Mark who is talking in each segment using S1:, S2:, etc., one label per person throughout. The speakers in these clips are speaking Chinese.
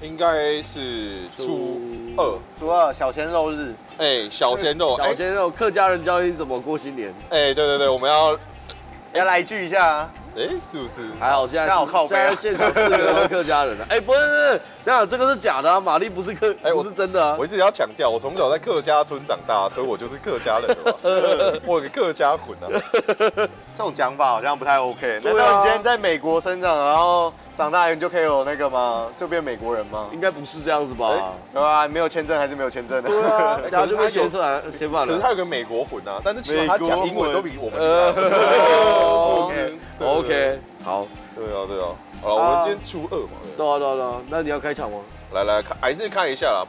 S1: 应该是初二。
S2: 初二小鲜肉日，
S1: 哎、小鲜肉，哎
S3: 小鲜肉，客家人教你怎么过新年。
S1: 哎、对对对，我们要，
S2: 要来一句一下啊！
S1: 哎、是不是？
S3: 还好现在
S2: 这样好
S3: 是
S2: 靠
S3: 现
S2: 背啊
S3: 在现场四个人都是客家人了。哎、不是不是，等一下这个是假的啊，玛丽不是客，
S1: 哎我
S3: 不是真的啊
S1: 我。一直要强调，我从小在客家村长大，所以我就是客家人了嘛，我有个客家魂啊。
S2: 这种讲法好像不太 OK。难
S3: 对啊
S2: 道你今天在美国生长，然后长大你就可以有那个吗？就变美国人吗？
S3: 应该不是这样子吧？
S1: 哎
S2: 对啊，没有签证还是没有签证的。
S3: 对啊，
S1: 可是
S3: 然后就
S1: 他
S3: 被
S1: 有
S3: 牵出来牵犯
S1: 可是他
S3: 了。
S1: 有个美国魂啊，但是起码他讲英文都比我们
S3: 呃
S1: 强。
S2: 哦
S1: 对啊对
S3: OK，好，
S1: 对啊对啊，好了，我们今天初二嘛，对
S3: 对啊对啊对啊，那你要开场吗？
S1: 来来看，还是看一下啦，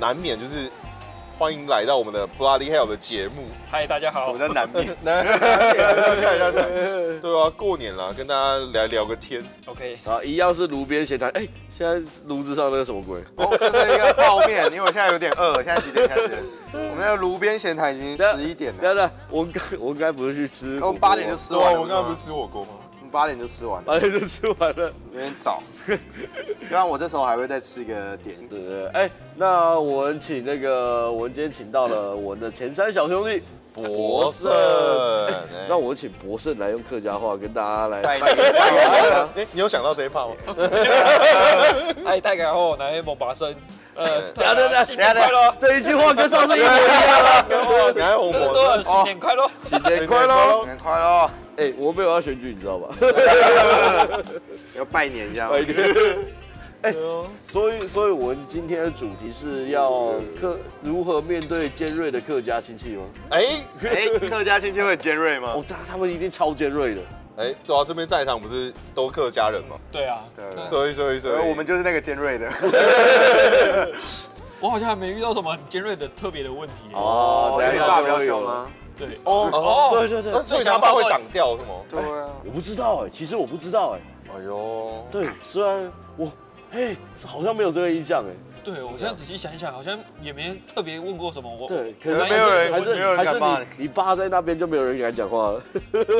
S1: 难免就是欢迎来到我们的 Bloody Hell 的节目。
S4: 嗨，大家
S2: 什
S4: 好
S2: 么。叫难免？
S1: 来来来看一下这，对啊，过年了，跟大家来聊个天。
S4: OK，
S3: 啊，一样是炉边闲谈。哎、现在炉子上那个什么鬼？
S2: 哦，就是一个泡面，因为我现在有点饿。现在几点？现在 几点？我们那个炉边闲谈已经十一点了，
S3: 等一下，我应该我应该不是去吃火锅
S2: 我
S3: 啊，
S2: 们八点就吃完
S1: 哦
S2: 了。
S1: 吃火锅吗？
S2: 我们八点就吃完了，
S3: 八点就吃完了。
S2: 有 点早。不然我这时候还会再吃一个点。
S3: 对对，对哎、那我们请那个，我们今天请到了我们的前山小兄弟
S1: 博胜，
S3: 那我们请博胜来用客家话跟大家来
S2: 拜年拜年
S1: 哎，你有想到这一趴吗？
S4: 嗨，大家好，我是蒙拔生。呃，
S3: 等一下等一下
S4: 新年快乐，
S3: 这一句话跟上次一模一样啊！
S1: 你还红
S4: 真的都
S1: 博
S4: 很新年快乐。
S3: 新年快乐！
S2: 年 快乐！
S3: 哎、我没有要选举，你知道吧？
S2: 要拜年一下吗。
S3: 拜年。哎、
S4: 哦
S3: 所以，所以我们今天的主题是要客如何面对尖锐的客家亲戚吗？
S1: 哎
S2: 哎，客家亲戚会很尖锐吗
S3: 哦，？这他们一定超尖锐的。
S1: 哎，对啊，这边在场不是都客家人嘛，
S4: 对啊，
S2: 对
S4: 对
S1: 所以所以所
S2: 呃
S1: 以
S2: 我们就是那个尖锐 的。
S4: 我好像还没遇到什么很尖锐的特别的问题。
S3: 哦，
S2: 因
S4: 哦，
S3: 等一
S2: 为你
S3: 下
S2: 爸比较
S3: 就会有
S2: 凶
S3: 了
S2: 吗？
S4: 对，
S3: 哦哦，对对对，
S1: 啊所以他爸会挡掉是吗？
S2: 对啊。
S3: 我不知道哎，其实我不知道哎。
S1: 哎呦，
S3: 对，虽然我，哎，好像没有这个印象哎。
S4: 对我现在仔细想一想，好像也没特别问过什么。我
S3: 对，可
S4: 能
S3: 能
S4: 没有人
S3: 还是
S2: 没有人
S3: 还是
S2: 敢骂你
S3: 你你爸在那边就没有人敢讲话了。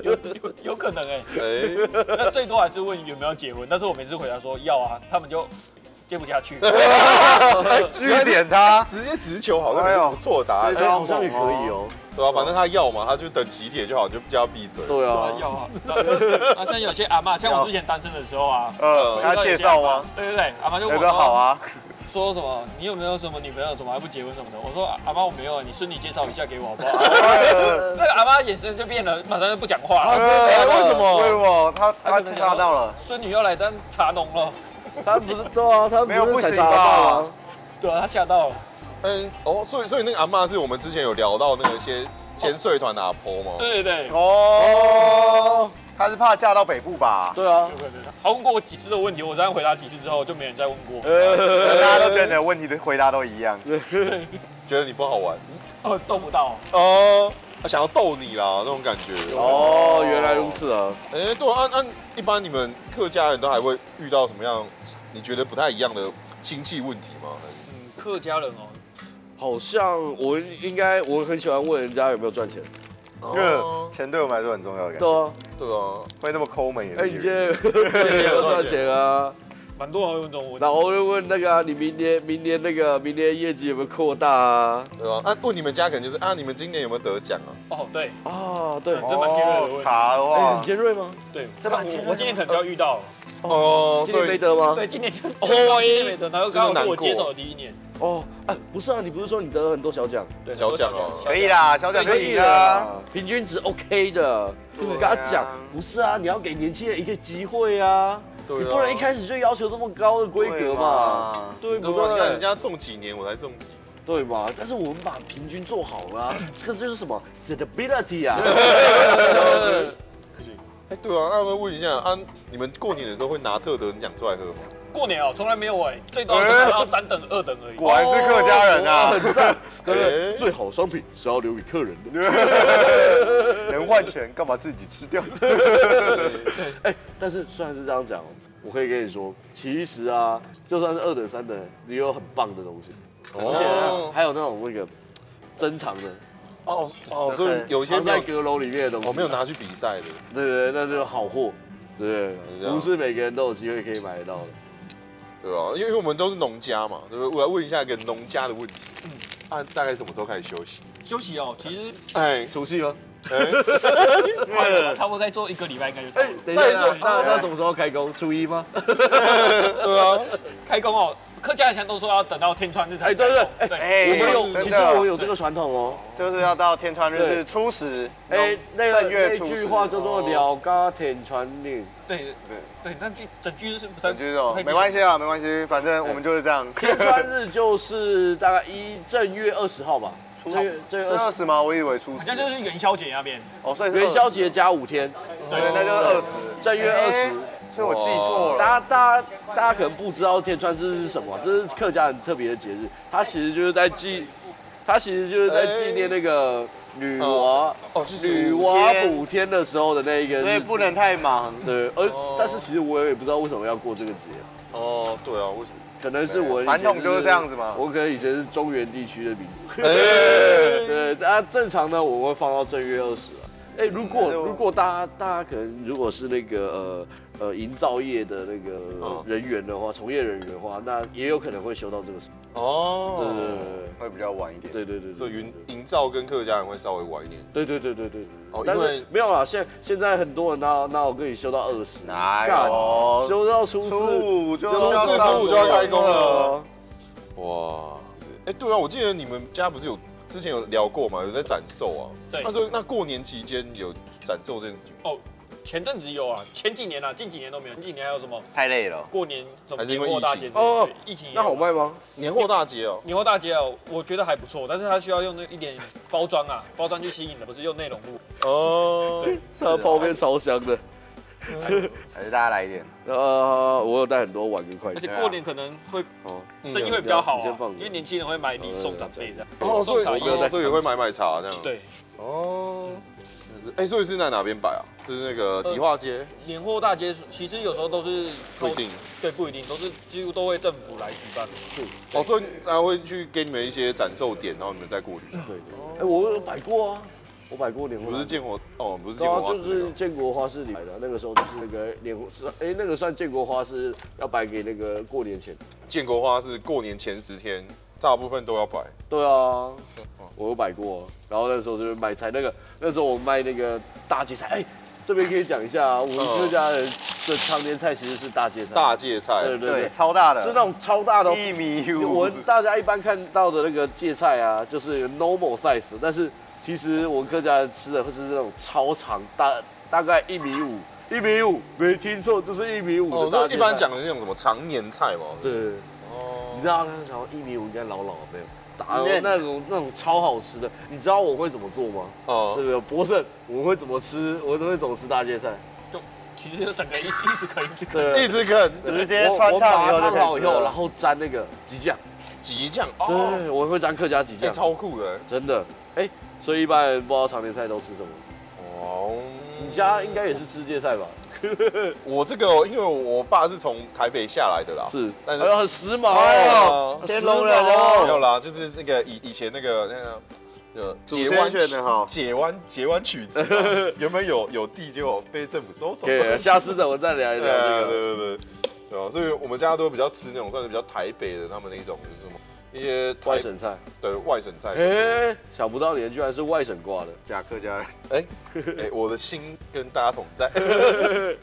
S4: 有有有可能哎，
S1: 哎，
S4: 那最多还是问有没有结婚，但是我每次回答说要啊，他们就接不下去。
S2: 据点他，
S1: 直接直球好像还是不错的答案
S2: 哎，呦
S3: 好像也可以哦。
S1: 对啊，反正他要嘛，他就等几点就好，你就叫他闭嘴。
S3: 对
S4: 啊
S3: 啊，
S4: 要啊，啊，像有些阿嬷，像我之前单身的时候啊，
S2: 呃，他介绍吗？？
S4: 对对对，阿妈就
S2: 有
S4: 问我
S2: 个
S4: 说
S2: 好啊，
S4: 说什么？你有没有什么女朋友？怎么还不结婚什么的？我说啊阿妈我没有，你顺利介绍一下给我好不好？
S3: 呃
S4: 那个阿妈眼神就变了，马上就不讲话
S1: 啊
S4: 了。
S2: 哎
S3: 为什么
S2: 为什么？他他
S4: 他可能
S2: 查到了，
S4: 孙女要来当茶农了，
S3: 他不是对啊，他
S2: 没有
S3: 不
S2: 不
S3: 是才
S2: 行
S3: 查到
S2: 吧
S3: 啊。？
S4: 对啊，她吓到了。
S1: 嗯，哦，所以所以那个阿嬷是我们之前有聊到那个一些潜水团的阿婆吗？
S4: 对对对，
S2: 哦，他是怕嫁到北部吧？
S3: 对啊
S4: 有，可能。他问过我几次的问题，我这样回答几次之后，就没人再问过。
S1: 呃
S2: 大家都觉得你的问题的回答都一样。
S1: 觉得你不好玩
S4: 哦，逗不到。
S1: 哦，他想要逗你啦那种感觉。
S3: 哦，原来如此啊。
S1: 哎，对啊，按按一般你们客家人都还会遇到什么样你觉得不太一样的亲戚问题吗？
S4: 嗯，客家人哦，
S3: 好像我应该我很喜欢问人家有没有赚钱。哦
S2: 这钱嗯对我们来说很重要的，
S3: 对啊，
S1: 对啊，
S2: 会那么抠门也
S3: 哎，
S2: 是
S3: 你
S2: 女
S3: 今
S2: 人。
S3: 天有没有 赚钱啊？
S4: 蛮多人会问这种问
S3: 然
S4: 题。
S3: 后我就问那个、啊，你明年明年那个明年业绩有没有扩大啊？
S1: 对啊，那、问你们家可能就是啊，你们今年有没有得奖啊？
S4: 哦，对
S3: 啊，对，
S4: 这蛮尖锐的问题
S2: 哦查的
S3: 哎
S2: 话
S3: 很，尖锐吗？
S4: 对，
S2: 这蛮尖锐的
S4: 我我今年可能就要遇到了。
S1: 哦，
S3: 今年没得吗？
S4: 对，今年就
S1: 哦
S4: 今年没得，然后刚好是我接手的第一年。
S3: 哦，哎，不是啊，你不是说你得了很多小奖？
S4: 对，
S1: 小奖哦
S2: 可以。啦，小
S4: 对
S2: 蒋可以啦。
S3: 啊，平均值 OK 的。
S2: 对啊
S3: 跟他讲，不是啊，你要给年轻人一个机会啊，
S1: 对啊
S3: 你不能一开始就要求这么高的规格嘛，对不
S1: 对啊，你看人
S3: 对？
S1: 家中几年，我才中几年。
S3: 对嘛？但是我们把平均做好了啊，这个就是什么 stability 啊。
S1: 哎、对啊，那我们问一下，啊，你们过年的时候会拿特等奖出来喝吗？
S4: 过年哦，从来没有哎，最多
S1: 呃
S4: 只拿到三等、二等而已。
S2: 果然是客家人啊
S3: 哦很赞，对不
S1: 哎
S3: 对？最好的商品是要留给客人的。
S2: 能换钱干嘛自己吃掉？
S3: 哎、但是虽然是这样讲哦，我可以跟你说，其实啊，就算是二等三等，也有很棒的东西，而且啊还有那种那个珍藏的，
S1: 哦哦，所以有一些
S3: 藏
S1: 没
S3: 在
S1: 有，
S3: 阁楼里面的东西，
S1: 哦，没有，拿去比赛的。
S3: 对对对，那就是好货，对不
S1: 是这
S3: 对？
S1: 样
S3: 不是每个人都有机会可以买得到的。
S1: 对吧、因为因为我们都是农家嘛，对不对？我来问一下一个农家的问题，嗯，啊，大概什么时候开始休息？
S4: 休息哦，其实
S1: 哎，
S3: 除夕吗？
S4: 差不多再做一个礼拜应该就差不多。
S3: 等一下
S1: 再说
S3: 啊，那那什么时候开工？初一吗？
S1: 对啊，
S4: 开工哦，客家以前都说要等到天穿日才
S3: 哎，
S4: 开
S3: 对
S4: 工。
S3: 对，哎，
S2: 哎
S3: 我们
S2: 真
S3: 有，
S2: 的
S3: 其实我有这个传统哦。
S2: 就是要到天穿日
S3: 对
S2: 是初十，
S3: 哎，那
S2: 正
S3: 个
S2: 月
S3: 那
S2: 初
S3: 句
S2: 十
S3: 话叫做“了嘎舔传令
S4: 对
S2: 对
S4: 对，那句整句是不太
S2: 整句哦，没
S4: 系。
S2: 关系啊，没关系，反正我们就是这样。”，
S3: 天穿日就是大概一正月二十号吧，正月正月
S2: 是
S3: 二
S2: 二
S3: 十，
S2: 十吗？我以为初
S4: 好
S2: 十
S4: 像。就是元宵节那边，
S2: 哦，所以是
S3: 元宵节
S2: 20，
S3: 加五天，
S2: 对，那就是二十，哎
S3: 正月二十。
S2: 所以我记错
S3: 大家
S2: 了。
S3: 大家大家可能不知道天穿日是什么，这是客家人特别的节日，它其实就是在纪，它其实就是在
S2: 哎
S3: 纪念那个女娲
S1: 哦，是
S3: 女娲补天的时候的那一个日子，
S2: 所以不能太忙，
S3: 对，
S1: 哦
S3: 而但是其实我也不知道为什么要过这个节，
S1: 哦，对啊，为什么？
S3: 可能是我以前
S2: 传统就是这样子嘛
S3: 我可能以前是中原地区的民 族，
S1: 哎，
S3: 对，啊，正常呢我会放到正月二十啊。哎，如果
S2: 那我
S3: 如果大家大家可能如果是那个呃呃营造业的那个
S1: 嗯
S3: 人员的话，从业人员的话，那也有可能会休到这个时候。
S1: 哦，
S2: 会比较晚一点。
S3: 对对对对对
S1: 所以
S3: 对
S1: 营营造跟客家人会稍微晚一点。
S3: 对对对对对。
S1: 哦
S3: 但
S1: 因
S3: 是
S1: 为
S3: 没有啦，现现在很多人那那我跟你休到二十，
S2: 哪
S3: 干
S2: 有
S3: 休到初四，
S2: 初五就
S1: 初
S2: 要
S1: 四
S2: 上
S1: 初五就要开工了
S3: 哦。
S1: 哇，是哎，对啊，我记得你们家不是有之前有聊过嘛，有在展售啊。
S4: 对
S1: 那时候那过年期间有展售这件事情吗，
S4: 哦，前阵子有啊，前几年啊，近几年都没有，近几年还有什么
S2: 太累了。
S4: 过年什么
S1: 还是因
S4: 年
S1: 为
S4: 货大
S1: 疫
S4: 街
S1: 情
S4: 之类的
S3: 哦
S4: 对疫情也有
S3: 那好卖吗？
S1: 年货大街哦。
S4: 年货大街哦，我觉得还不错，但是它需要用那一点包装啊，包装去吸引的，不是用内容物。
S1: 哦，
S4: 对，
S2: 啊
S3: 它的泡面超香的。
S2: 还是大家来一点。
S3: 呃，我有带很多碗跟筷
S4: 而
S3: 子。
S4: 且过年可能会
S3: 哦，
S4: 生意会比较好
S3: 你先放
S4: 啊
S3: 着，
S4: 因为年轻人会买礼送长辈的，
S1: 哦，所
S4: 送
S1: 以
S4: 茶
S3: 有
S1: 哦
S4: 叶。
S1: 所以也会买买茶这样。，
S4: 对，
S1: 哦，哎，所以是在哪边摆啊？就是那个
S3: 呃
S1: 迪化街，
S4: 年货大街其实有时候都是
S1: 不一定，
S4: 对，不一定都是几乎都会政府来举办。
S1: 哦，所以才会去给你们一些展售点，然后你们再过去。
S3: 对对。
S4: 哦
S3: 哎，我有摆过啊，我摆过年货。
S1: 不是建国哦，不是建
S3: 对啊
S1: 国，花
S3: 就
S1: 市那
S3: 是
S1: 个
S3: 建国
S1: 啊
S3: 花市里摆的，那个时候就是那个年货，哎，那个算建国花市要摆给那个过年前。
S1: 建国花市过年前十天，大部分都要摆。
S3: 对啊，我有摆过啊，然后那时候就是卖菜，那个那时候我卖那个大芥菜，哎，这边可以讲一下啊，我们客家人的常年菜其实是大芥菜。
S1: 大嗯芥菜，
S3: 对对
S2: 对，
S3: 对，
S2: 超大的，
S3: 是那种超大的哦，
S2: 一米五。
S3: 我们大家一般看到的那个芥菜啊，就是有 normal size，但是其实我们客家人吃的会是那种超长，大大概一米五，一米五，没听错，就是一米五
S1: 哦，
S3: 的大
S1: 这
S3: 芥菜。
S1: 一般讲的那种什么常年菜嘛。
S3: 对，对，对
S1: 哦
S3: 你知道那时候一米五应该老老的没有，打
S2: 嫩
S3: 那种那种超好吃的，你知道我会怎么做吗？这
S1: 哦，
S3: 个博胜，我会怎么吃？我会怎么吃大芥菜？
S4: 就其实就整个一一直可以，一直可以。
S1: 一
S3: 对，
S1: 直啃
S2: 直接
S3: 我
S2: 穿
S3: 我把
S2: 烫以
S3: 它
S2: 后就
S3: 烫
S2: 可以
S3: 好以
S2: 吃了
S3: 后，然后沾那个鸡酱，
S1: 极酱哦，
S3: 对，我会沾客家鸡
S1: 哎，
S3: 酱。
S1: 超酷的。
S3: 真的，哎、所以一般人不知道常年菜都吃什么。
S1: 哦，
S3: 你家应该也是吃芥菜吧？
S1: 我这个哦，因为我爸是从台北下来的啦，
S3: 是，
S1: 但是
S3: 哎呦很时髦
S2: 哎
S3: 哦。
S2: 呦，
S3: 天
S2: 天
S3: 龙
S2: 龙
S3: 人
S2: 人
S3: 哦
S1: 没有
S2: 哦，
S1: 啦，就是那个以以前那个那个。呃，
S2: 祖
S1: 解
S2: 先
S1: 湾
S2: 选的哈
S1: 解湾解湾曲子嘛， 原本有有地，结果被政府收走。
S3: 可
S2: 啊
S3: 以，下次我们再聊一聊
S1: 对啊
S3: 这个。
S1: 对对对，对啊，所以我们家都比较吃那种算是比较台北的他们那种，就是什么一些台
S3: 外省菜，
S1: 对外省菜。
S3: 哎、
S1: 哎、
S3: 想不到你居然是外省挂的。
S2: 假客家人，
S1: 哎我的心跟大家同在。对啊，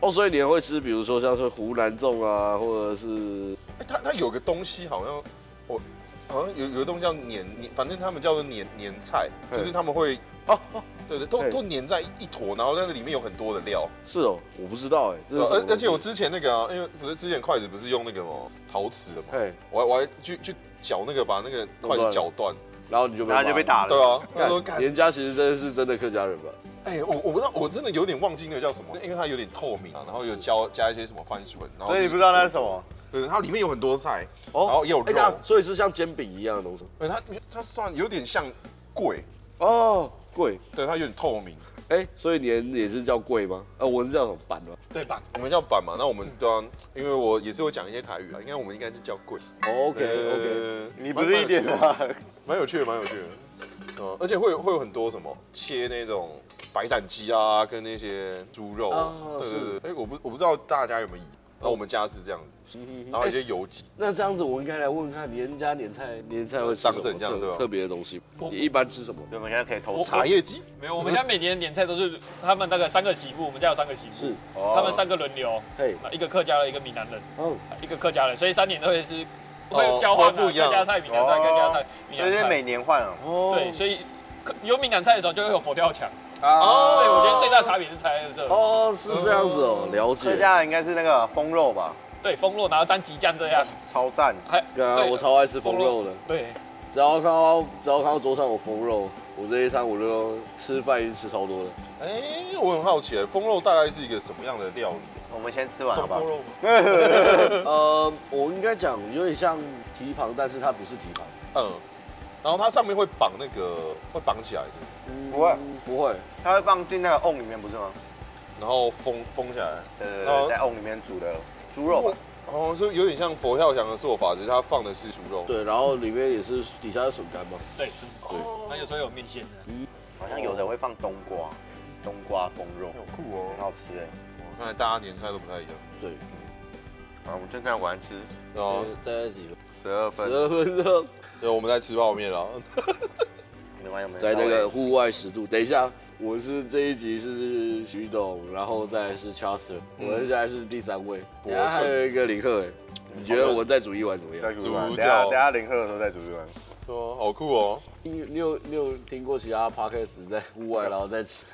S3: 哦，所以你会吃，比如说像是湖南粽啊，或者是
S1: 哎它它有个东西好像我好像有有个东西叫年年，反正他们叫做年年菜，
S3: 嗯
S1: 就是他们会
S3: 哦哦，
S1: 对对都
S3: 嗯
S1: 都粘在一坨，然后那个里面有很多的料。
S3: 是哦，我不知道哎、这
S1: 对
S3: 是
S1: 啊
S3: 什么
S1: 而而且我
S3: 东西，
S1: 之前那个啊，因为不是之前筷子不是用那个吗？陶瓷的嘛，
S3: 哎，
S1: 我还我还去去搅那个，把那个筷子
S3: 弄断
S1: 搅断。
S3: 然后你就被
S2: 然后就被打了。
S1: 对啊，他说
S3: 干。
S1: 干
S3: 人家其实真的是真的客家人吧？
S1: 哎、我我不知道，我真的有点忘记那个叫什么，因为它有点透明啊，然后有加加一些什么番薯粉，然后
S2: 所以你不知道那是什么？
S1: 对，它里面有很多菜，
S3: 哦
S1: 然后也有肉
S3: 哎等一下所以是像煎饼一样的东西。
S1: 对，它它算有点像桂，
S3: 哦，贵，
S1: 对，它有点透明，
S3: 哎、所以你也是叫贵吗？呃，我是叫什么板吗？
S4: 对吧？
S1: 我们叫板嘛，那我们对啊，因为我也是会讲一些台语啊，应该我们应该是叫桂。
S3: 哦 OK OK，
S1: 呃
S2: 你不是一点啊
S1: 蛮
S2: 吗？
S1: 蛮有趣的，蛮有趣的，嗯，而且会有会有很多什么切那种白斩鸡啊，跟那些猪肉啊
S3: 哦，
S1: 对对
S3: 是
S1: 对，哎、我不我不知道大家有没有那我们家是这样子，
S2: 嗯
S1: 然后一些油
S2: 哎
S1: 鸡，
S3: 哎那这样子，我应该来问看，你人家年菜年菜会吃什
S1: 长
S3: 么
S1: 怎样对吧
S3: 特特别的东西？
S4: 我
S3: 你一般吃什么？
S2: 我们现在可以投
S1: 茶叶鸡，
S4: 没有，我们家每年年菜都是他们那个三个媳妇，我们家有三个媳妇
S3: 是，
S4: 他们三个轮流，
S3: 嘿，
S4: 一个客家人，一个闽南人，
S3: 嗯，
S4: 一个客家人，所以三年都会是
S1: 哦
S4: 会交换啊
S1: 会不一样
S4: 客家菜、闽南菜、客家菜、闽
S2: 有点
S4: 南菜。
S2: 每年换哦。
S3: 哦啊
S4: 对，所以客有闽南菜的时候就会有佛跳墙。
S1: 哦
S4: 对，我觉得最大差别是差在这。
S3: 哦，是这样子哦，了解
S2: 客。家人应该是那个风肉吧，
S4: 对，风肉，然后沾鸡酱这样，
S2: 超赞。
S4: 还
S3: 刚刚
S4: 对
S3: 啊
S4: 啊
S3: 我超爱吃风肉的，
S4: 对，
S3: 只要看到只要看到桌上有风肉，我这一餐我就吃饭已经吃超多了。
S1: 哎，我很好奇，风肉大概是一个什么样的料理？
S2: 我们先吃完好不好？
S4: 肉吗？
S3: 呃，我应该讲有点像蹄膀，但是它不是蹄膀。
S1: 嗯，然后它上面会绑那个，会绑起来是不是
S3: 嗯
S2: 不会
S3: 不会，
S2: 它会放进那个瓮里面不是吗？
S1: 然后封封起来。
S2: 对对
S1: 哦
S2: 对，在瓮里面煮的猪肉吧。
S1: 哦，所以有点像佛跳墙的做法，只是它放的是猪肉。
S3: 对，然后里面也是底下是笋干嘛。
S4: 对，是，那有时候有面线的，
S2: 好像有的会放冬瓜，冬瓜风肉，
S1: 好酷
S2: 很
S1: 哦！
S2: 好吃哎。
S1: 哇看来大家年菜都不太一样。
S3: 对，
S2: 啊，我们正在玩吃，
S1: 然后，
S3: 大概几分？
S2: 十
S3: 十
S2: 二分，
S3: 二分钟，
S1: 哦对，我们在吃泡面了。
S2: 没关系，我们
S3: 在那
S2: 稍
S3: 个
S2: 微
S3: 户外十度。等一下，我是这一集是徐董，然后再来是 Chester，我现在是第三位，
S1: 博
S3: 我
S1: 士
S3: 还有一个林克哎。你觉得我再煮一碗怎么样
S2: 再？煮一碗
S1: 猪
S2: 等一下
S1: 脚
S2: 等一下零喝的时候再煮一碗。
S1: 对啊，好酷哦！
S3: 你你有你有听过其他 podcast 在户外然后再 吃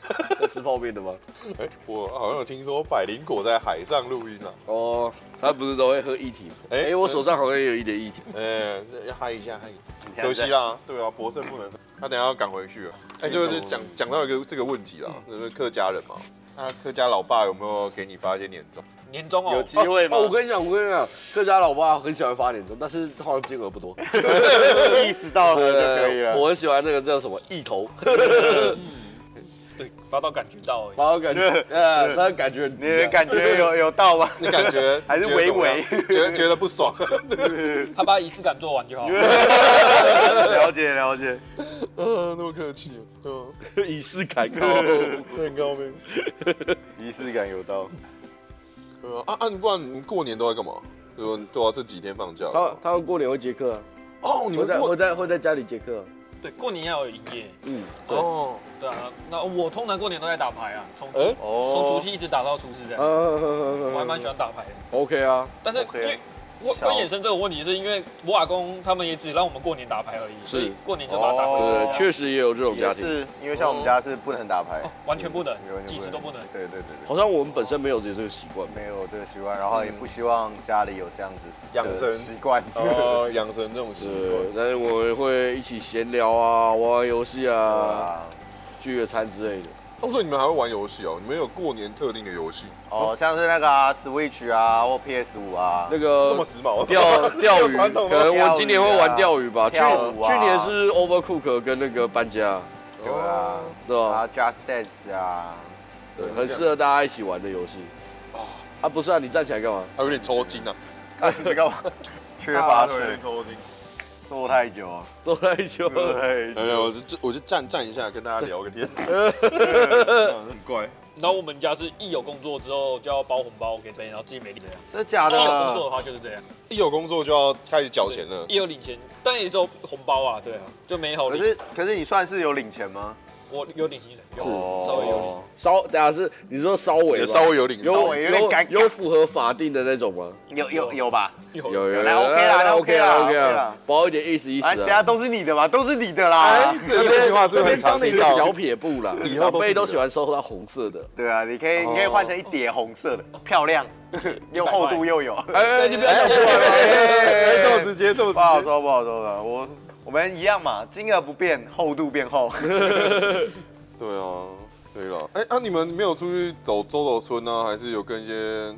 S3: 在吃泡面的吗？
S1: 哎，我好像有听说百灵果在海上录音啊。
S3: 哦，他不是都会喝液体吗？
S1: 哎
S3: 哎，我手上好像也有一点液体。
S1: 哎，要嗨一下，嗨一下。
S2: 你现在在
S1: 可惜啦，对啊，博胜不能，他等一下要赶回去了。哎，对对，对讲讲到一个这个问题啦，就是客家人嘛，那客家老爸有没有给你发一些年终？
S4: 年终
S2: 有
S4: 哦，
S2: 机会吗？
S3: 哦，我跟你讲，我跟你讲，客家老爸很喜欢发年终，但是好像金额不 多。
S2: 意识到了就可以 了。
S3: 我很喜欢那个叫什么意 头，
S4: 对，发到感觉到而已。
S3: 蛮有感觉， 呃，他的感觉很
S2: 你的感觉有有到吗？
S1: 你感觉
S2: 还是微微
S1: 觉得怎么样觉得觉得不爽？
S4: 他把仪式感做完就好。
S2: 了解了解。
S1: 呃，那么客气，嗯，
S3: 觉 仪式感高。
S1: 很高明。
S2: 仪式感有到，
S1: 对啊啊啊！你不然你过年都在干嘛？对啊，对啊，这几天放假。
S3: 他他过年会接客啊，
S1: 哦，你
S3: 会
S1: 们
S3: 在
S1: 过
S3: 会在会在家里接客啊。
S4: 对，过年要有营业。
S3: 嗯，对，
S1: 哦，
S4: 对啊，那我通常过年都在打牌啊，从
S1: 哎
S4: 从除夕一直打到初
S3: 啊
S4: 四这样。我还蛮喜
S3: 呃
S4: 欢打牌的，
S3: ，OK 啊，
S4: 但是因
S2: 哦 OK 啊
S4: 为我
S2: 小
S4: 会衍生这个问题，是因为我阿公他们也只让我们过年打牌而已，所以过年就把它打
S2: 哦
S4: 牌
S3: 对，
S4: 了。
S3: 确实也有这种
S2: 也
S3: 家庭，
S2: 是因为像我们家是不能打牌，
S4: 完全不能
S2: 有人，就
S4: 几时都不能。
S2: 对对对
S3: 好像我们本身没有这个习惯
S2: 对，。没有这个习惯，然后也不希望家里有这样子
S1: 养生
S2: 的习惯。
S1: 哦，养成这种习
S3: 对
S1: 惯，，
S3: 但是我们会一起闲聊啊，玩玩游戏啊，
S2: 啊，
S3: 聚个餐之类的。
S1: 哦，所以你们还会玩游戏哦？你们有过年特定的游戏？
S2: 哦，像是那个啊 Switch 啊，或 PS 五啊，
S3: 那
S1: 这
S3: 个
S1: 么时髦？
S3: 呃钓钓 鱼，啊
S1: 传统吗
S3: 可能我今年会玩钓鱼吧。去
S2: 钓鱼啊
S3: 去年是 Overcook 跟那个搬家，
S2: 对啊，
S3: 对吧？
S2: 啊 Just Dance 啊，
S3: 对，很适合大家一起玩的游戏。啊，不是啊，你站起来干嘛？
S1: 还有点抽筋啊，
S2: 啊这个缺乏
S1: 对有
S2: 水
S1: 点，抽筋。
S2: 坐太久，
S3: 坐在一起玩。
S2: 坐太
S1: 没
S2: 久，
S1: 哎有，我就我就站站一下，跟大家聊个 天。很怪，
S4: 然后我们家是一有工作之后就要包红包给这边，然后自己没领这样。
S2: 真的假
S4: 一有工作
S2: 的？
S4: 的话就是这样，
S1: 一有工作就要开始缴钱了
S4: 一。有领钱，但也只有红包啊，对啊，就没
S3: 哦
S4: 好
S2: 可
S4: 领。
S2: 是可是你算是有领钱吗？
S4: 我有领薪水，有
S2: 哦
S4: 稍微有领。
S3: 稍，等下啊是你说稍微
S1: 有
S3: 吧
S1: 稍微有领
S3: 有
S2: 稍
S1: 稍
S2: 微有点尴尬
S3: 有符合法定的那种吗？
S2: 有有有吧？
S4: 有
S3: 有有
S2: 来 OK 啦来 OK 啦
S3: OK
S2: OK
S3: 啦
S2: 啦，
S3: 薄一点意思意思
S2: 啊，其他
S3: 啊。
S2: 都是你的嘛，都是你的啦
S1: 哎。这这句话是
S3: 这
S1: 很
S3: 边
S1: 常
S3: 装了一
S1: 听
S3: 个
S1: 到
S3: 小
S1: 的。
S3: 撇步啦，
S1: 以后
S3: 长
S1: 都是
S3: 辈
S1: 你的
S3: 都喜欢收到红色的。
S2: 对啊，你可
S3: 哦
S2: 以，你可以换成一叠红色的， 漂亮，又厚度又有。
S3: 哎哎，你不要讲出来了。
S2: 哎哎哎
S1: 哎，
S2: 哎
S1: 这么直接，这么
S2: 不好
S1: 直接。
S2: 说，不好说了。我我们一样嘛，金额不变，厚度变厚。
S1: 对啊，对了。哎，那你们没有出去走周走村啊，还是有跟一些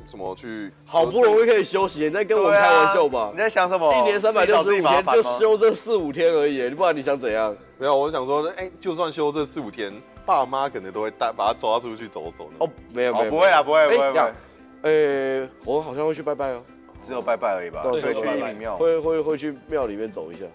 S1: 什么去？
S3: 好不容易可以休息，你在跟 我们开玩笑
S2: 对啊
S3: 吧
S2: 你？在想什么？
S3: 一年三百六十
S2: 自己
S3: 五
S2: 找自己麻
S3: 天
S2: 烦
S3: 就
S2: 吗
S3: 休这四五天而已，你不然你想怎样？
S1: 没有，我想说，哎、就算休这四五天，爸妈可能都会带把他抓出去走走呢。
S3: 哦，没有没
S2: 哦，
S3: 有，
S2: 不会啦，不会，不会，
S3: 哎
S2: 不会
S3: 呀，呃，我好像会去拜拜哦，
S2: 只有拜拜而已吧。
S3: 到时候
S2: 所以去
S4: 拜拜
S2: 一米庙，
S3: 会会会去庙里面走一下，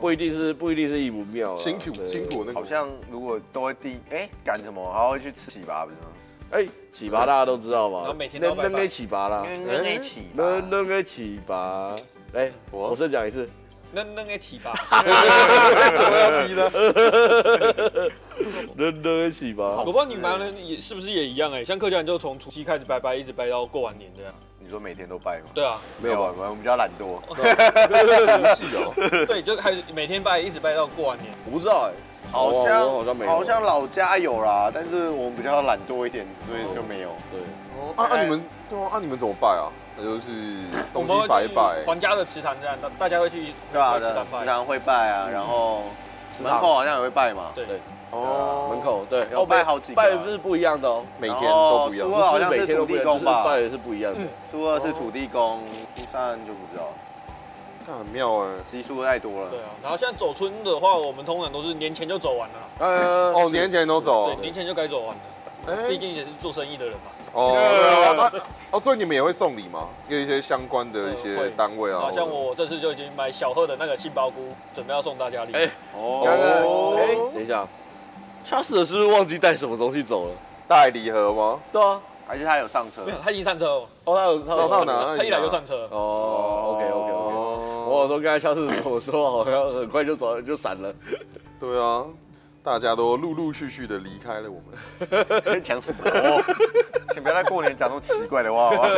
S3: 不一定是不一定是义母庙啊，
S1: 辛苦
S3: 对
S1: 辛。苦那个，
S2: 好像如果都会第哎赶什么，还会去吃喜吧，不是吗？
S3: 哎，起拔大家都知道吧？
S4: 然后每天都
S3: 那
S4: 要拜拜
S3: 那那起拔啦，
S2: 跟一起吧
S3: 那那个起拔，哎，
S1: 我
S3: 我再讲一次，
S4: 那那个起吧，
S1: 我要逼了。
S3: 那那个起拔
S4: 我不，知道你们人也是不是也一样哎、像客家人就从除夕开始拜拜，一直拜到过完年这样。
S2: 你说每天都拜吗？
S4: 对啊，
S2: 没有吧，我们比较懒惰。
S1: 是哦，
S4: 对， 就开始每天拜，一直拜到过完年。
S3: 我不知道哎，
S2: 哦好
S3: 我
S2: 像
S3: 我好像没有
S2: 好像老家有啦，但是我们比较懒惰一点，所以就没有。
S3: 对，
S1: 啊啊你们对啊啊你们怎么拜啊？那就是
S4: 我
S1: 东
S4: 们
S1: 西
S4: 会
S1: 拜一
S4: 去
S1: 拜，
S4: 皇家的祠堂这样，大大家会去
S2: 对啊，
S4: 祠堂
S2: 食
S4: 拜。
S2: 堂会拜啊，然后
S3: 食
S2: 门
S3: 堂
S2: 口好像也会拜嘛。
S4: 对，
S1: 哦，
S3: 门口对，
S2: 要拜好几个啊
S3: 拜是不一样的哦，
S1: 每天都不一
S2: 然后
S1: 样，
S2: 初二好像
S3: 每
S2: 是
S3: 天都
S2: 土
S3: 不一样，
S2: 地
S3: 就
S2: 公
S3: 是
S2: 吧
S3: 拜，的是不一样的，
S4: 嗯
S2: 初二是土地公，初三就不知道了，
S1: 看很妙哎。
S2: 习俗太多
S4: 对
S2: 了。
S4: 啊，然后像走村的话，我们通常都是年前就走完了，
S3: 呃，
S1: 哦，
S3: 是
S1: 年前都
S4: 对
S1: 走，，
S4: 年前就该走完了，
S1: 哎
S4: 毕竟也是做生意的人嘛。
S1: 哦，对啊啊哦，所以你们也会送礼吗？有一些相关的一些单位
S4: 然
S1: 啊
S4: 后，像我这次就已经买小贺的那个杏鲍菇，准备要送大家礼。
S3: 哎刚刚
S1: 哦
S3: 哎，等一下，他是是不是忘记带什么东西走了？
S1: 带礼盒吗？
S3: 对啊，
S2: 还是他有上车
S4: 没？有，他已经上车哦，
S3: 哦，他有他
S1: 哦
S3: 有
S1: 他有拿
S4: 他一来就上车。
S3: 哦，OK OK OK。我有
S1: 哦，
S3: 时候跟他下次我说好像很快就走就闪了，
S1: 对啊，大家都陆陆续续的离开了我们。
S2: 讲什么？哦 请不要在过年讲这种奇怪 的话，好不好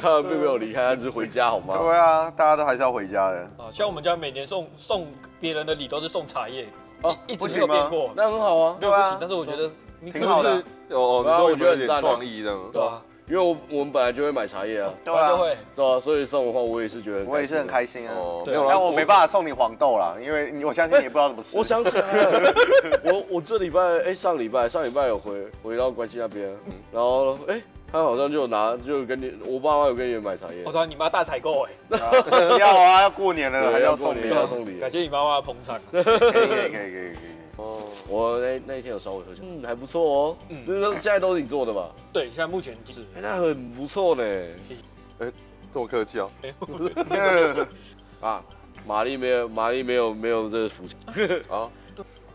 S3: 他并没有离开，他只是回家好吗？
S2: 对啊，大家都还是要回家的。
S4: 啊，像我们家每年送送别人的礼都是送茶叶，
S3: 哦
S4: 一
S2: 不
S4: 直
S2: 行
S4: 没有
S2: 吗
S4: 变过。
S3: 那很好啊，
S4: 没有不行，但是我觉得你
S2: 挺
S1: 是不
S2: 好
S1: 是
S2: 的？啊
S1: 哦，哦你
S3: 对啊
S1: 说
S3: 我
S1: 有没
S3: 觉得
S1: 有
S3: 很
S1: 点
S3: 赞啊
S1: 创意这样？
S4: 对啊，
S3: 因为我我们本来就会买茶叶啊，
S2: 对
S4: 我就
S2: 啊，
S4: 会。
S3: 对啊，所以送的话我也是觉得，
S2: 我也是很开。心啊。
S1: 哦，
S4: 对
S1: 没有啦
S2: 但我没办法送你黄豆啦，因为你我相信你也不知道怎么吃。
S3: 我想起来了，我我这礼拜哎上礼拜上礼拜有回回到关西那边，啊然后哎他好像就有拿就有跟你我爸妈有跟你们买茶叶
S4: 我，突哦啊然你妈大采购哎，
S2: 啊 要啊，要过年了，还
S3: 对
S2: 是要
S3: 过
S2: 送啊
S3: 年
S2: 礼
S3: 要
S2: 啊。
S3: 送礼
S4: 感，谢你妈妈的捧场。啊
S2: 可以可以可以可以可以。
S1: 哦，
S3: 我那那一天有稍微喝酒，嗯还不错哦，那那现在都是你做的吧？
S4: 对，现在目前就是
S3: 哎那很不错呢
S1: 这么客气啊？
S3: 啊，玛丽没有玛丽没有没有这个福气，
S1: 啊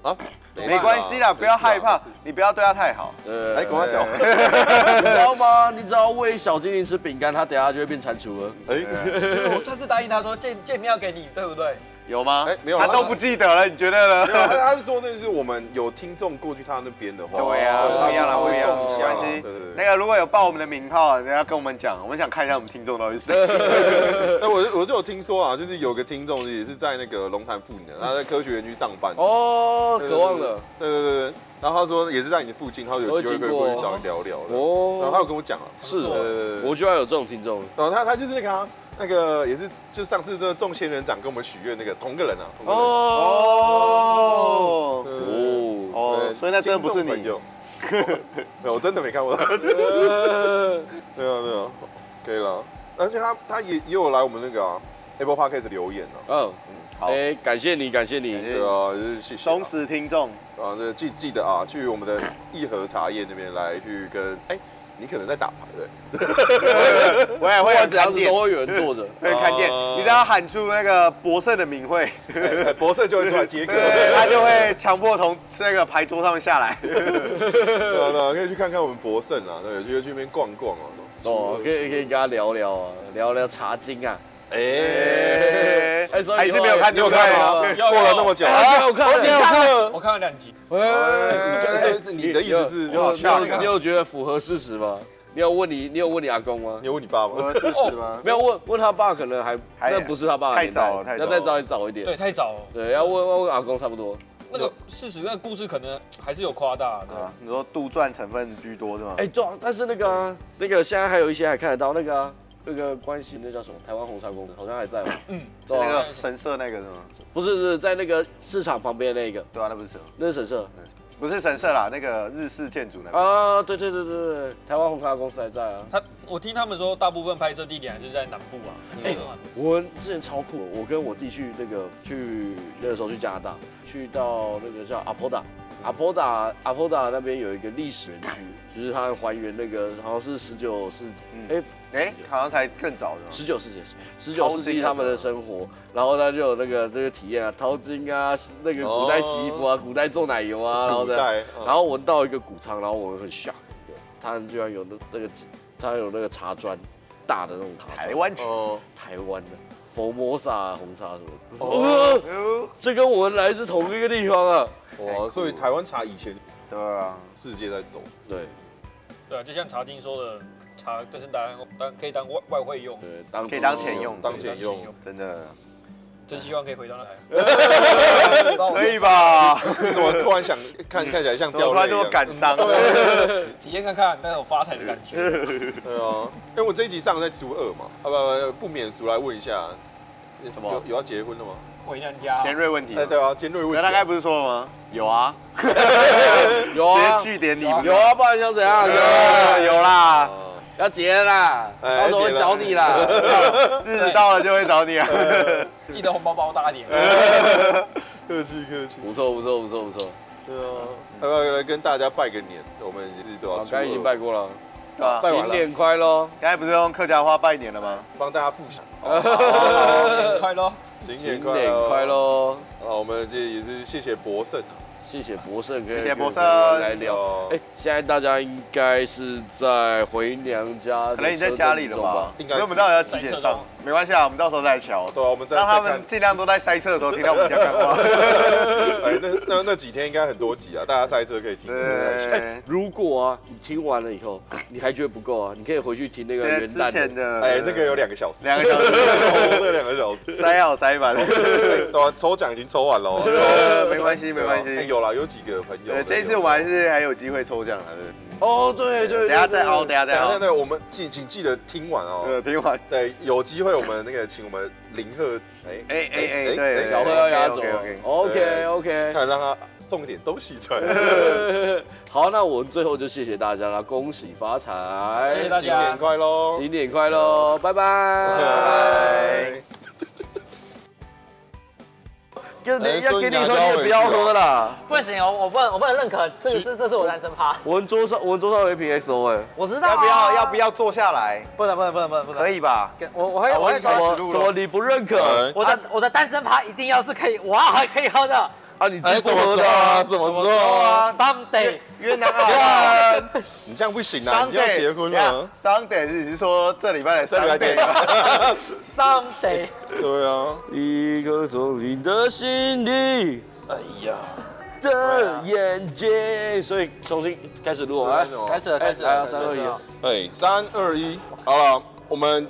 S1: 啊，
S2: 没关系啦，不要害怕，哎你不要对他太好。
S3: 呃
S1: 来，赶快小。
S3: 你知道吗？你只要喂小精灵吃饼干，它等下就会变蟾蜍了。
S1: 哎，
S4: 我上次答应他说见见面要给你，对不对？
S2: 有吗？
S1: 哎没有
S2: 他
S1: 他
S2: 都不记得了，你觉得
S1: 没有啊
S2: 呢？
S1: 他他是说那是我们有听众过去他那边的话，
S2: 对呀，不一样啦，
S1: 他
S2: 不一样，
S1: 会送
S2: 没
S1: 一下
S2: 关
S1: 啦
S2: 系
S1: 对对。
S2: 那
S1: 对。
S2: 个如果有报我们的名号，人家跟我们讲，我们想看一下我们听众到底是谁。
S1: 哎，我是我是有听说啊，就是有个听众也是在那个龙潭附近的，他在科学园区上班。
S3: 哦，
S1: 对，
S3: 渴望了。
S1: 对对对对对。然后他说也是在你附近，他有机会可以过去找你聊聊的。然后他有
S3: 哦，
S1: 跟我讲啊，
S3: 是
S1: 呃，
S3: 的，
S1: 对对
S3: 我居然有这种听众。
S1: 然后他他就是那个啊，那个也是就上次的众仙人掌跟我们许愿那个同个人啊，同个人。
S3: 哦
S1: 哦
S2: 哦
S3: 哦，
S2: 哦，所以那真的不是你。
S1: 没有，我真 的没看过他。
S3: 哦
S1: 对啊，对啊，可以了。而且他他也也有来我们那个啊 Apple Podcast 留言啊。
S3: 嗯，
S2: 好，
S3: 哎，感谢你，感谢
S2: 感
S3: 你。
S2: 谢
S1: 对啊，就是谢谢啊。
S2: 忠实听众，
S1: 啊，这个记记得啊，去我们的益和茶叶那边来去跟哎，你可能在打牌对
S2: 我也
S3: 不
S2: 会
S3: 管
S2: 很
S3: 怎样
S2: 看
S3: 子
S2: 店
S3: 都，会有人 坐着。
S2: 会看店。
S1: 哦
S2: 你只要喊出那个博胜的名讳，
S1: 不对，哎博胜就会出来接客。
S2: 对，他就会强迫从那个牌桌上下来。
S1: 对啊，对啊，可以去看看我们博胜啊，对，就去那边逛逛啊。
S3: 哦，可以可以跟他聊聊啊，聊聊茶经啊。
S1: 哎，
S3: 哎所以
S2: 还
S3: 以后
S2: 是没有看，
S1: 你有看吗？
S4: 有
S1: 过了那么久，啊
S3: 哎我看了
S1: 我今天看了。
S4: 我看了两集，
S1: 你
S3: 哎，
S1: 看，是你的意思是，
S3: 你啊有
S1: 你有
S3: 你有你有觉得符合事实吗？你有问你，你有问你阿公吗
S1: 你？有问你爸吗？
S2: 我试试吗？
S3: 没有问问他爸，可能还
S2: 还
S3: 那不是他爸的
S2: 太
S3: 年代
S2: 早了太早
S3: 要再
S2: 了
S3: 早早一点。
S4: 对，太早了。
S3: 对，要问问问阿公差不多。
S4: 那个事实，那个故事可能还是有夸大的
S2: 啊。，你说杜撰成分居多是吗？
S3: 哎，对啊，但是那个啊，那个现在还有一些还看得到那个啊，那个关系那叫什么？台湾红茶公司好像还在吧？
S4: 嗯，
S3: 对
S2: 那
S3: 啊，
S2: 个神社那个是吗？
S3: 不是是在那个市场旁边那个，
S2: 对啊，那不是神，
S3: 那是神社
S2: 不是神社啦，那个日式建筑那个。
S3: 啊，对对对对对，台湾红茶公司还在啊。
S4: 他我听他们说，大部分拍摄地点还是在南部啊。
S3: 哎
S2: 嗯
S4: 哎，
S3: 我们之前超酷，我跟我弟去那个去那个时候去加拿大，去到那个叫阿波达。阿波达阿波达那边有一个历史园区，就是它还原那个好像是十九世纪，
S1: 嗯
S3: 哎、
S2: 哎，好像才更早的。
S3: 十九世纪，十九世
S1: 啊
S3: 纪他们的生活，然后他就有那个这个体验啊，淘金啊，那个古代洗衣服啊，古代做奶油啊，然
S1: 哦
S3: 后
S1: 古
S3: 这样，
S1: 代，嗯
S3: 然后闻到一个谷仓，然后我很 shock，他居然有那那个他有那个茶砖，大的那种茶
S5: 台
S3: 砖，
S5: 湾区
S1: 哦，
S3: 台湾的佛摩萨、红茶什么的。哦，这跟我们来自同一个地方啊。
S1: 哇，哦所以台湾茶以前
S2: 对啊，
S1: 世界在走，
S3: 对
S4: 对啊，就像茶经说的，茶但是当当可以当外外汇用，
S3: 对，当
S2: 可以当钱用
S1: 当前
S4: 当 前
S1: 用
S4: 用，
S2: 真的
S4: 真希望可以回到那台。
S2: 可以吧？
S1: 你怎么突然想看看起来像
S2: 怎么
S1: 掉
S2: 突
S1: 泪啊
S2: 然
S1: 一
S2: 这么
S1: 样？
S2: 感伤？
S4: 体验看看那种发财的感觉。
S1: 对啊，因为我这一集上在初二嘛，啊不不不免俗来问一下，
S2: 什么
S1: 有有要结婚了吗？
S4: 回娘家，
S2: 尖锐问题吗
S1: 哎，，对啊，尖锐问
S2: 那
S1: 题啊，
S2: 大概不是说了吗？有啊，
S3: 有
S2: 直接
S3: 啊，
S2: 据点你
S4: 有啊
S3: 有啊，不然想怎样？有啊
S2: 有啦，
S1: 啊
S3: 要结啦，
S1: 哎
S3: 到时候会找你啦。
S2: 日子到了就会找你啊。
S4: 记得红包包大一点。
S1: 客气客气，
S3: 不错不错不错不错，
S1: 对啊，要不要来跟大家拜个年？我们也是都要
S3: 我
S1: 初
S3: 刚
S1: 二，
S3: 已经拜过了，
S2: 对吧
S1: 拜完
S3: 新
S1: 了
S3: 年快乐。
S2: 刚才不是用客家话拜年了吗？
S1: 帮大家复习，
S4: 新年快乐！
S1: 新
S3: 新
S1: 年
S3: 年
S1: 快乐，
S3: 快乐！
S1: 啊，我们这也是谢谢博胜啊，
S3: 谢谢博胜，谢
S2: 谢谢博胜
S3: 来聊。
S1: 哦
S3: 哎，现在大家应该是在回娘家的车程中吧，
S2: 可能你在家里了吧？
S1: 应该
S2: 所
S1: 是
S2: 以我们到底要几点上？没关系啊，我们到时候再瞧。
S1: 对啊，我们再
S2: 让他
S1: 再看
S2: 们。尽量都在塞车的时候听到我们讲干话。
S1: 哎，那那那几天应该很多集啊，大家赛车可以听。
S2: 对，
S3: 如果啊，你听完了以 后，你还觉得不够啊，你可以回去听那个
S2: 对，
S3: 元
S2: 之
S3: 旦
S2: 前
S3: 的。
S2: 的
S1: 哎，那个有两个小时，
S2: 两个小时
S1: 那两个小时，
S2: 塞好塞满，
S1: 对啊，抽奖已经抽完了哦。
S2: 呃没关系没关
S1: 对啊哎
S2: 系。
S1: 有啦，有几个朋友。
S2: 对，这一次我们还是还有机会抽奖的。对
S3: 哦，对对，对
S2: 等一下再凹，等
S3: 对
S2: 一下
S1: 对
S2: 再
S1: 对
S2: 凹。
S1: 对，我们记请记得听完哦。
S2: 对，听完。
S1: 对，有机会我们那个请我们林鹤，哎
S2: 哎哎哎，对，
S3: 小朋友要走啊 OK
S2: OK，OK，OK。
S3: OK，
S1: 看让他送点东西出来。
S3: 好，那我们最后就谢谢大家了，恭喜发
S4: 谢谢
S3: 财，
S4: 大家
S1: 新年快乐，哦哎
S3: 新年快乐，拜拜。
S1: 拜。
S6: 就是
S1: 哎
S6: 要
S1: 所以
S6: 跟你
S1: 你
S6: 说
S1: 还要
S6: 你
S1: 回
S6: 也不要
S1: 去啊
S6: 喝啦。
S7: 不行哦，我不能，我不能认可，这
S1: 其
S7: 个
S1: 实
S7: 是这是我单身趴，
S3: 我们桌上我们桌上有一瓶 XO 哎，
S7: 我知道、
S2: 要不要要不？要坐下来？
S7: 不能不能不能不能不能，
S2: 啊可以吧？
S7: 跟我我会
S2: 好
S7: 我
S2: 我
S7: 会
S2: 也
S7: 说
S2: 开
S3: 什
S2: 始
S3: 么
S2: 录
S3: 什
S2: 了
S3: 么你不认可
S1: 哎
S7: 我的我的单身趴一定要是可以，哇，还可以喝的
S3: 啊？你
S1: 哎，
S3: 自
S1: 怎
S3: 己
S1: 么
S3: 喝
S1: 说
S3: 的
S1: 啊？
S3: 啊？
S1: 怎么说啊？
S7: ，someday
S2: 越南啊，
S1: 你这样不行啊！你要结婚了，
S2: ，Sunday 是你是说这礼拜的
S1: 这礼拜见
S2: Sunday 吗。
S7: someday，
S1: 对 啊，
S3: 一颗从你的心里
S1: 哎呀，
S3: 的眼睛，所以重新开始录，来
S1: 这是什么
S2: 哎开始了，开始
S3: 来
S2: 了，
S3: 三二一，
S1: 哎，三二一，好了，我们